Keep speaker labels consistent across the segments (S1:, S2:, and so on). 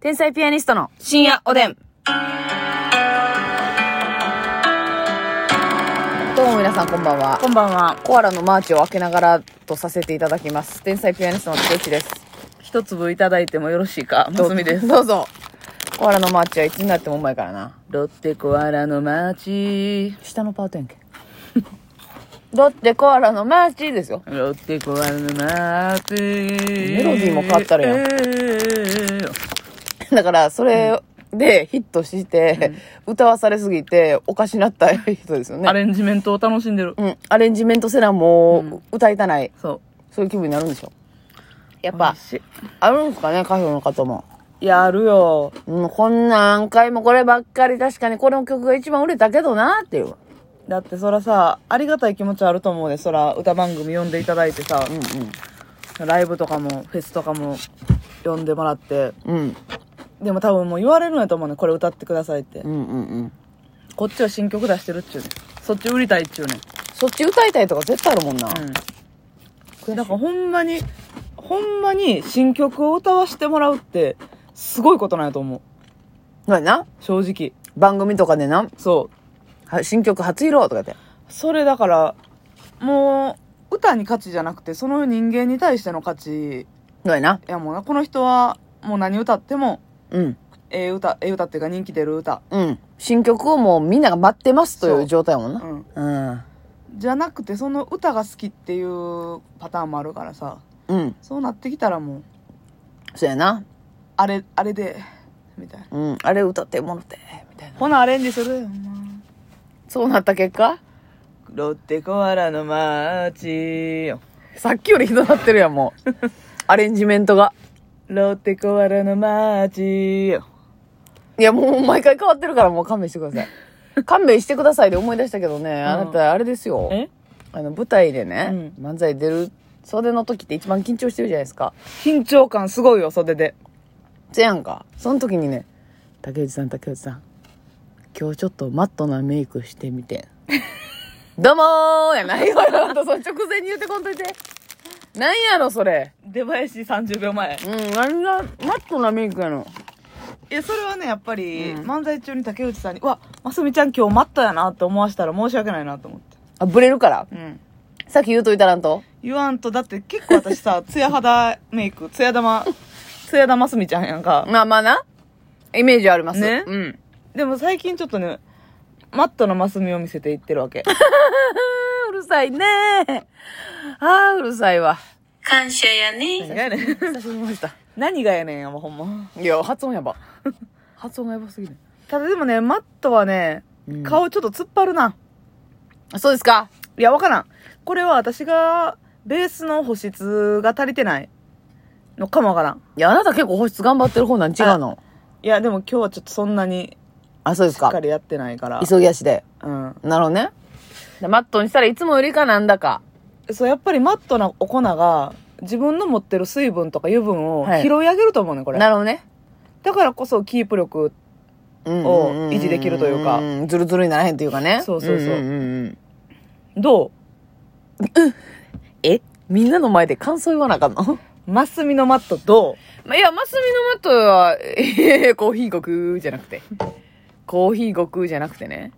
S1: 天才ピアニストの深夜おでん。
S2: どうも皆さんこんばんは
S1: こ。んばんは。
S2: コアラのマーチを開けながらとさせていただきます。天才ピアニストのつよちです。
S1: 一粒いただいてもよろしいか、ますみです。
S2: どうぞ。コアラのマーチはいつになってもうまいからな。
S1: ロッテコアラの街。
S2: 下のパートやん け。だってコアラのマーチですよ。
S1: ロッテコアラの街。メ
S2: ロディーも変わったらやんだから、それでヒットして、歌わされすぎておかしなった人ですよね。
S1: アレンジメントを楽しんでる。
S2: うん。アレンジメントセラもう歌いたない、
S1: そう。
S2: そういう気分になるんでしょ。やっ
S1: 美
S2: ぱ
S1: 味、しい
S2: あるんですかね、歌手の方も。
S1: やるよ。
S2: うん、こんなん何回もこればっかり確かにこの曲が一番売れたけどなっていう。
S1: だってそらさ、ありがたい気持ちはあると思うで、そら歌番組呼んでいただいてさ、ライブとかもフェスとかも呼んでもらって、
S2: うんうん。
S1: でも多分もう言われるんやと思うねんこれ歌ってくださいって
S2: う。んうんうん。
S1: こっちは新曲出してるっちゅうねんそっち売りたいっちゅうねん
S2: そっち歌いたいとか絶対あるもんな。
S1: うんだからほんまにほんまに新曲を歌わしてもらうってすごいことなんやと思う
S2: そうやな。
S1: 正直
S2: 番組とかでな、
S1: そ
S2: は新曲初披露とかで。
S1: うそれだからもう歌に価値じゃなくてその人間に対しての価値
S2: そうやな。
S1: やもんなこの人はもう何歌っても
S2: うん。
S1: ええ歌ええ歌っていうか人気出る歌
S2: うん。新曲をもうみんなが待ってますと
S1: そ
S2: いうう状態やもんな。
S1: うん
S2: うん。
S1: じゃなくてその歌が好きっていうパターンもあるからさ
S2: うん。
S1: そうなってきたらもう
S2: そうやな。
S1: あれあれでみたいな
S2: うん。あれ歌ってもろて、みたいな。
S1: ほなアレンジするよ、ま
S2: そうなった結果
S1: ロッテコアラの街よ。
S2: さっきよりひどなってるやん、も う。アレンジメントが。
S1: ロッテコアラの街よ。
S2: いや、もう毎回変わってるからもう勘弁してくださ い。勘弁してくださいで思い出したけどね、あなたあれですよ。
S1: え
S2: あの、舞台でね、
S1: う
S2: 漫才出る袖の時って一番緊張してるじゃないですか。
S1: 緊張感すごいよ、袖で。
S2: せやんか。その時にね、竹内さん、竹内さん、今日ちょっとマットなメイクしてみて。 どうもーやないよ、あんたその直前に言ってこんといて。なんやろ、それ。
S1: 出囃子30秒前。
S2: うん、何がマットなメイクやの。
S1: いや、それはね、やっぱり、漫才中に竹内さんに、うわ、ますみちゃん今日マットやなって思わしたら申し訳ないなと思って。
S2: あ、ブレるから。
S1: うん。
S2: さっき言うといたらんと。
S1: 言わんと、だって結構私さ、ツヤ肌メイク、ツヤ玉、 ツヤ玉すみちゃんやんか。
S2: まあまあな。イメージあります。
S1: ね
S2: うん。
S1: でも最近ちょっとね、マットのますみを見せていってるわけ。
S2: うるさいねああ、うるさいわ。
S3: 感謝やね。
S1: 何がやねん。
S2: 久しぶりました。
S1: 何がやねんや、もうほんま。
S2: いや、発音やば。発音がやばすぎる。
S1: ただでもね、マットはね、
S2: うん
S1: 顔ちょっと突っ張るな。
S2: あそうですか
S1: いや、わからん。これは私が、ベースの保湿が足りてないのかもわからん。
S2: いや、あなた結構保湿頑張ってる方なん違うの。
S1: いや、でも今日はちょっとそんなに、
S2: あ、そうです
S1: しっ
S2: か
S1: か。りやってないから。
S2: 急ぎ足で。
S1: うん。
S2: なるほどね。でマットにしたらいつもよりかなんだか。
S1: そう、やっぱりマットなお粉が、自分の持ってる水分とか油分を
S2: はい
S1: 拾い上げると思うねん、これ。
S2: なるほどね。
S1: だからこそキープ力。を維持できるというか
S2: ん。ずるずるにならへんというかね。
S1: そうそうそうん
S2: んんうん
S1: ど
S2: えみんなの前で感想言わなあかんの
S1: うマスミのマットど
S2: まいや、マスミのマットは、えーコーヒーごくじゃなくて。コーヒーごくじゃなくてね。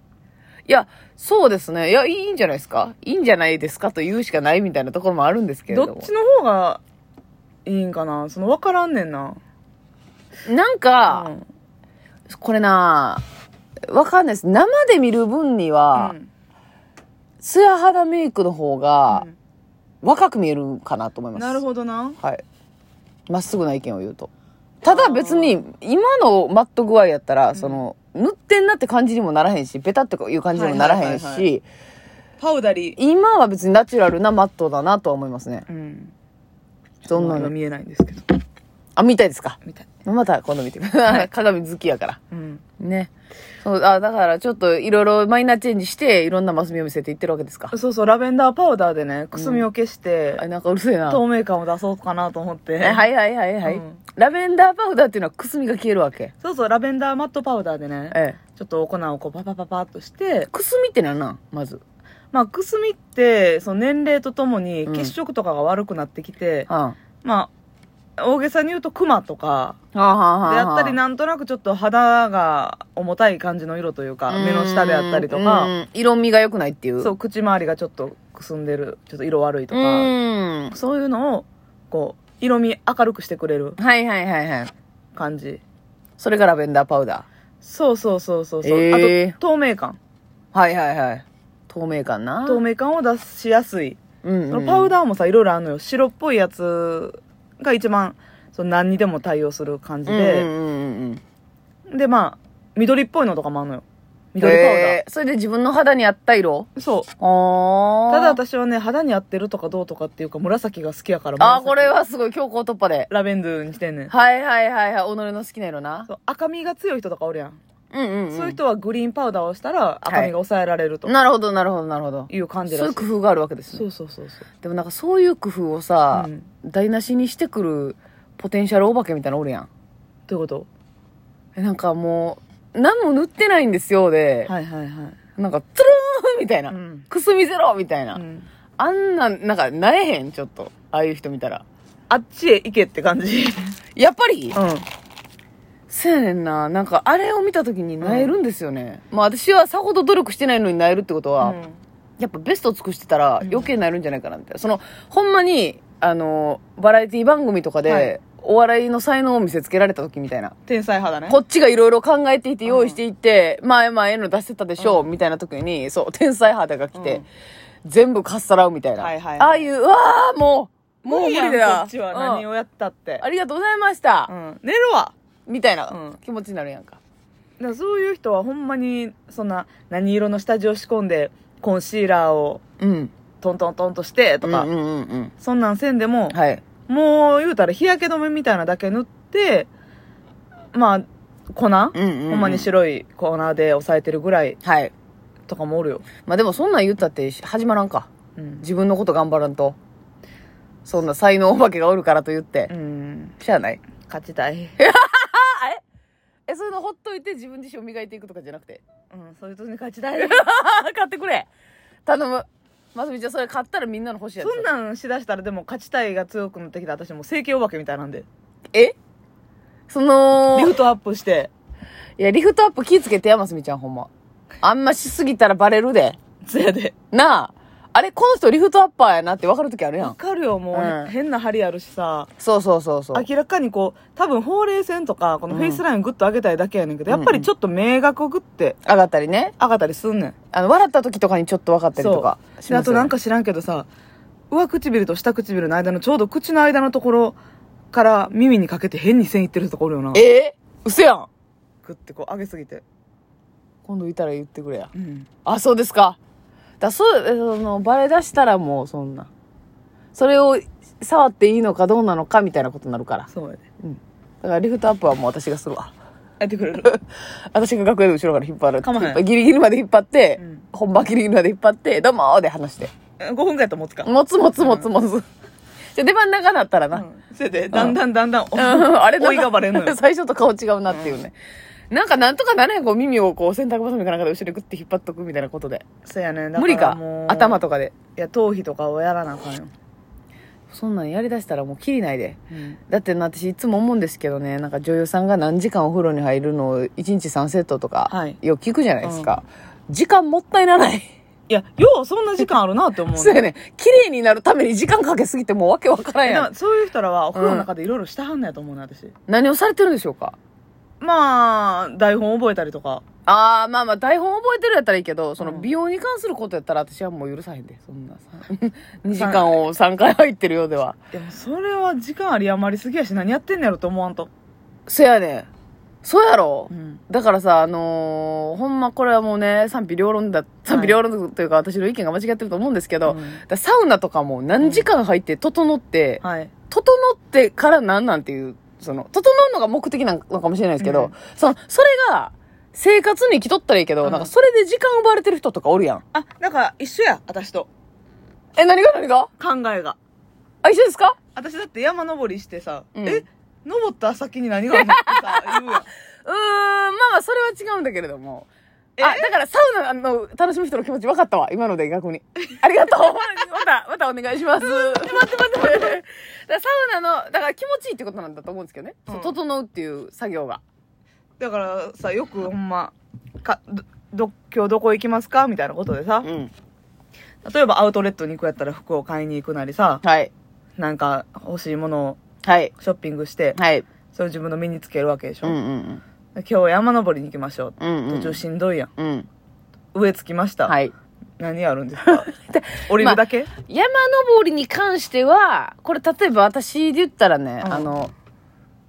S2: いや、そうですね。いや、いいんじゃないですかいいんじゃないですかと言うしかないみたいなところもあるんですけ
S1: う
S2: れど
S1: ど
S2: も。
S1: っちの方がいいんかなその、わからんねんな。
S2: なん
S1: う
S2: か、
S1: ん
S2: これなわかんないです。生で見る分には
S1: う、ん
S2: ツヤ肌メイクの方が若く見えるかなと思います。
S1: なるほどな。
S2: はい。まっすぐな意見を言うと。ただ別に、今のマット具合やったら、その、塗ってんなって感じにもならへんし、ベタっていう感じにもならへん
S1: はいはいはい
S2: し、
S1: パウダリー。
S2: 今は別にナチュラルなマットだなとは思いますね。
S1: うん。
S2: どんな
S1: まあ今
S2: の
S1: 見えないんですけど。
S2: あ、見たいですか
S1: みたい。
S2: また今度見てください。鏡好きやから。
S1: うん。
S2: ね。そう、あ、だからちょっといろいろマイナーチェンジして、いろんなマスミを見せていってるわけですか。
S1: そうそう、ラベンダーパウダーでね、くすみを消して、
S2: あ、なんかうるせえな。
S1: 透明感を出そうかなと思って。
S2: えはいはいはいはい、
S1: うん
S2: ラベンダーパウダーっていうのはくすみが消えるわけ。
S1: そうそう、ラベンダーマットパウダーでね、
S2: ええ。
S1: ちょっとお粉をこうパパパパッとして、
S2: くすみってなんなんまず。
S1: まあ、くすみって、その年齢とともに
S2: うん
S1: 血色とかが悪くなってきて、
S2: うん。
S1: まあ、大げさに言うとクマとか
S2: はあはあは
S1: であったり
S2: ん
S1: なんとなくちょっと肌が重たい感じの色というか目の下であったりとか
S2: 色味が良くないっていう
S1: そうう口周りがちょっとくすんでるちょっと色悪いと
S2: と
S1: か
S2: ん
S1: そういうのをこう色味明るくしてくれる
S2: はいはいはいはい
S1: 感じ
S2: それがラベンダーパウダ
S1: そうそうそうそうそう、
S2: えー
S1: あと透明感
S2: ーはいはいはい透明感な
S1: 透明感を出しやすい、
S2: うん
S1: そのパウ
S2: ー
S1: ダーもさいろいろあるのよ白っぽいやつが一番その何にでも対応する感じ
S2: うん
S1: で、
S2: うんうんうん
S1: でまあ緑っぽいのとかもあるのよ緑パウダー、
S2: えーそれで自分の肌に合った色
S1: そう
S2: あ
S1: ただ
S2: だ
S1: 私はね肌に合ってるとかどうとかっていうか紫が好きやから
S2: あー
S1: 紫
S2: これはすごい強行突破で
S1: ラベンダーにしてんねん
S2: はいはいはいはい己の好きな色な
S1: そう赤みが強い人とかおるやん、
S2: うんうん、うん、
S1: そういう人はグリーンパウダーをしたら赤みが抑えられると
S2: なるほどなるほどなるほど
S1: いう感じ
S2: そう
S1: ら
S2: い
S1: し
S2: う
S1: い
S2: 工夫があるわけですね
S1: そうそうそうそう
S2: でもなんかそういう工夫をさ、
S1: うん
S2: 台無しにしてくるポテンシャルお化けみたいなのおるやん
S1: どういうこ
S2: えなんかもう何も塗ってないんですよで、
S1: とはいはいはい
S2: なんかトゥルーンみたいな、
S1: うん
S2: くすみゼロみたいな、
S1: うん
S2: あんなんなんかなえへんちょっとああいう人見たら
S1: あっちへ行けって感じ。
S2: やっぱり
S1: うん。
S2: せやねんななんかあれを見た時になえるんですよね、まあ私はさほど努力してないのになえるってことは、やっぱベストを尽くしてたら余計になるんじゃないかなみたいな。その、ほんまに、あの、バラエティ番組とかで、
S1: はい
S2: お笑いの才能を見せつけられた時みたいな。
S1: 天才派だね。
S2: こっちがいろいろ考えていて用意していって、まあまあええの出してたでしょう、みたいな時に、そう、天才肌が来て、全部かっさらうみたいな。
S1: はいはい
S2: ああいう、うわあもう、もう無理
S1: いいやん
S2: だ。
S1: こっちは
S2: う
S1: 何
S2: ん
S1: をやったって
S2: あ。りがとうございました
S1: う、ん。寝るわ。
S2: みたいな、
S1: うん
S2: 気持ちになるやんか。
S1: だからそういう人はほんまに、そんな、何色の下地を仕込んで、コンシーラーを
S2: うん。
S1: トントントンとして、とか、
S2: うんうんうん
S1: そんなんせんでも
S2: うん。、はい。
S1: もう言うたら日焼け止めみたいなだけ塗って、まあ、
S2: う
S1: 粉、
S2: んうん、うん。
S1: ほんまに白い粉で抑えてるぐらい
S2: はい。
S1: とかもおるよ。
S2: まあでもそんなん言ったって始まらんか。
S1: うん。
S2: 自分のこと頑張らんと。そんな才能お化けがおるからと言って
S1: う。ん。
S2: しゃあない。
S1: 勝ちた い。
S2: え、そういうのほっといて自分自身を磨いていくとかじゃなくて。
S1: うん、そういう時に勝ちた い。
S2: 買ってくれ頼む。ますみちゃん、それ買ったらみんなの欲しいやつ。
S1: そんなんしだしたらでも勝ちたいが強くなってきた私もう整形お化けみたいなんで。
S2: えその
S1: リ、フトアップして、
S2: いや、リフトアップ気ぃつけてや、ますみちゃん、ほんま。あんましすぎたらバレるで。
S1: つやで。
S2: なあ。あれ、この人リフトアッパーやなって分かるときあるや
S1: わ
S2: ん。
S1: かるよ、もう、
S2: うん
S1: 変な針あるしさ。
S2: そうそうそうそう。
S1: 明らかにこう、多分ほうれい線とか、このフェイスラインをグッと上げたいだけやねんけど、
S2: うん
S1: やっぱりちょっと明確グッて
S2: 上がったりね。
S1: 上がったりすんねん。
S2: あの、笑った時とかにちょっと分かったりとか
S1: そう。
S2: し
S1: で
S2: ま
S1: あ
S2: す
S1: と
S2: よね
S1: なんか知らんけどさ、上唇と下唇の間のちょうど口の間のところから耳にかけて変に線いってるとこおるよな。
S2: えー、嘘やん。
S1: グッてこう上げすぎて。
S2: 今度いたら言ってくれや。
S1: うん。
S2: あ、そうですか。だそう、えその、バレ出したらもうそんな。それを触っていいのかどうなのかみたいなことになるから。
S1: そうやで。
S2: だからリフトアップはもう私がするわ。
S1: やってくれる。
S2: 私が楽屋で後ろから引っ張る。
S1: かまへん
S2: ギリギリまで引っ張って、
S1: うん
S2: 本番ギリギリまで引っ張って、どうもーで話して。
S1: 5分くらいと思つか。
S2: もつもつもつもつ。 じゃ、出番長なったらな。
S1: うんそれで、だんだんだんだん、
S2: うんあれ。
S1: 追いがばれんのよ
S2: 最初と顔違うなっていうね。なんかなんとかなれんこう耳をこう洗濯バサミかなんかで後ろにグッて引っ張っとくみたいなことで。
S1: そうやね。
S2: 無理か。頭
S1: と。
S2: とかで。
S1: いや、頭皮とかをやらなあかんよ。
S2: そんなんやりだしたらもうキリないで。だってな私いつも思うんですけどねなんか女優さんが何時間お風呂に入るのを1日3セットとか、
S1: はい
S2: よく聞くじゃないですか、時間もったいなない
S1: いや、ようそんな時間あるなって思う
S2: そう
S1: ね。
S2: やね綺麗になるために時間かけすぎてもうわけわからん
S1: で
S2: や
S1: も
S2: ん
S1: そういう人らはお風呂の中でいろいろしてはんのやと思うね、私。
S2: 何をされてるんでしょうか
S1: まあ、台本覚えたりとか。
S2: ああまあまあ台本覚えてるやったらいいけどその
S1: うん
S2: 美容に関することやったら私はもう許さへんでそんな2 時間を3回入ってるようではい
S1: や、それは時間あり余りすぎやし、何やってんのやろと思わんと。
S2: そやねんそうやろ、
S1: ん。
S2: だからさ、あのーほんまこれはもうね、賛否両論だ、賛否両論というか、私の意見が間違ってると思うんですけど、
S1: うん
S2: だからサウナとかも何時間入って、整って、
S1: はい。
S2: 整ってからなんなんていう、その、整うのが目的なのかもしれないですけど、
S1: うん
S2: その、それが、生活に生きとったらいいけど、
S1: うん
S2: なんかそれで時間奪われてる人とかおるやん。
S1: あ、なんか一緒や、私と。
S2: え、何が何が
S1: 考えが。
S2: あ、一緒ですか
S1: 私だって山登りしてさ、
S2: うん
S1: え登った先に何があるのってさ、言うやん。
S2: うーん、まあまあそれは違うんだけれども、あ、だからサウナの楽しむ人の気持ち分かったわ。今ので逆に。 ありがとう。また、またお願いします。 待って待って待って。だからサウナの、だから気持ちいいってことなんだと思うんですけどね。そう
S1: うん
S2: 整うっていう作業が。
S1: だからさ、よくほんま、か、ど、ど今日どこ行きますかみたいなことでさ、
S2: ん。
S1: 例えばアウトレットに行くやったら服を買いに行くなりさ、
S2: はい。
S1: なんか欲しいものを
S2: はい。
S1: ショッピングして、
S2: はい。
S1: それを自分の身につけるわけでしょ。
S2: うん
S1: 今日山登りに行きましょう。
S2: うん
S1: 途中しんどいやん。
S2: うん。
S1: 上着きました。
S2: はい。
S1: 何やるんで すか降りるだけ、
S2: 山登りに関しては、これ例えば私で言ったらね、
S1: うん
S2: あの、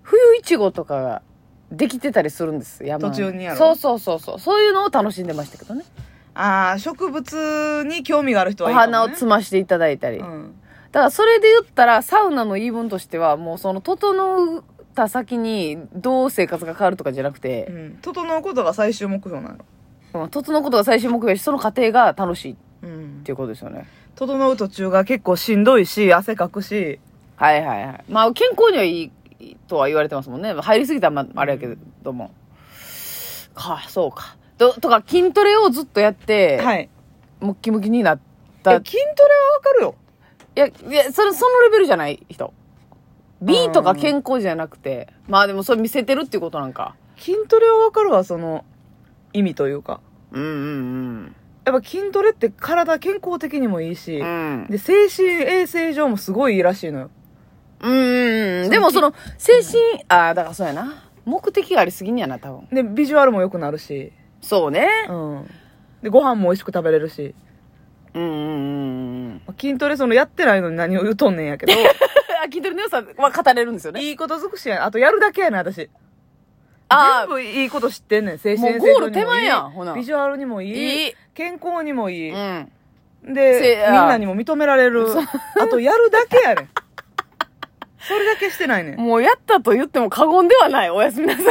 S2: 冬いちごとかができてたりするんです山
S1: 途中にやろ
S2: そうそうそうそう。そういうのを楽しんでましたけどね。
S1: ああ、植物に興味がある人は
S2: お
S1: いいかも、ね。
S2: 花をつましていただいたり。
S1: うん。
S2: だからそれで言ったら、サウナの言い分としては、もうその、整った先にどう生活が変わるとかじゃなく
S1: う
S2: て、
S1: ん。整うことが最終目標なの。
S2: うん、整うことが最終目標やし、その過程が楽しいっ
S1: うん
S2: て。いうことですよね。
S1: 整う途中が結構しんどいし、汗かくし、
S2: はいはいはい。まあ、健康にはいいとは言われてますもんね。入りすぎたら、まあ、あれやけども。か、そうか。と、とか、筋トレをずっとやって、
S1: はい。
S2: ムッキムキになっ
S1: いや
S2: た。い
S1: 筋トレはわかるよ。
S2: や、いや、それ、そのレベルじゃない人。
S1: う
S2: B
S1: ん
S2: とか健康じゃなくて、まあでもそれ見せてるっていうことなんか。
S1: 筋トレはわかるわ、その、意味というか。
S2: うんうん
S1: やっぱ筋トレって体健康的にもいいし、
S2: うん。
S1: で、精神衛生上もすごいいいらしいのよ。
S2: うん。でもその、精神、ああ、だからそうやな。目的がありすぎんやな、多分。
S1: で、ビジュアルも良くなるし、
S2: そうね。
S1: うん。で、ご飯も美味しく食べれるし、
S2: うんうんうん。
S1: まあ筋トレそのやってないのに何を言うとんねんやけど、
S2: あ、聞いてるの良さは語れるんですよね。
S1: いいこと尽くしやん。あとやるだけやねん、私。
S2: あ
S1: 全部いいこと知ってんねん。精神衛生
S2: もうゴー
S1: 上
S2: ル
S1: に
S2: 手
S1: もい
S2: 前
S1: い
S2: やんほな
S1: ビジュアルにもいい。
S2: いい。
S1: 健康にもいい。
S2: うん。せ
S1: で、みん
S2: や
S1: なにも認められる
S2: そ。
S1: あとやるだけやねん。それだけしてないねん。
S2: もうやったと言っても過言ではない。おやすみなさい。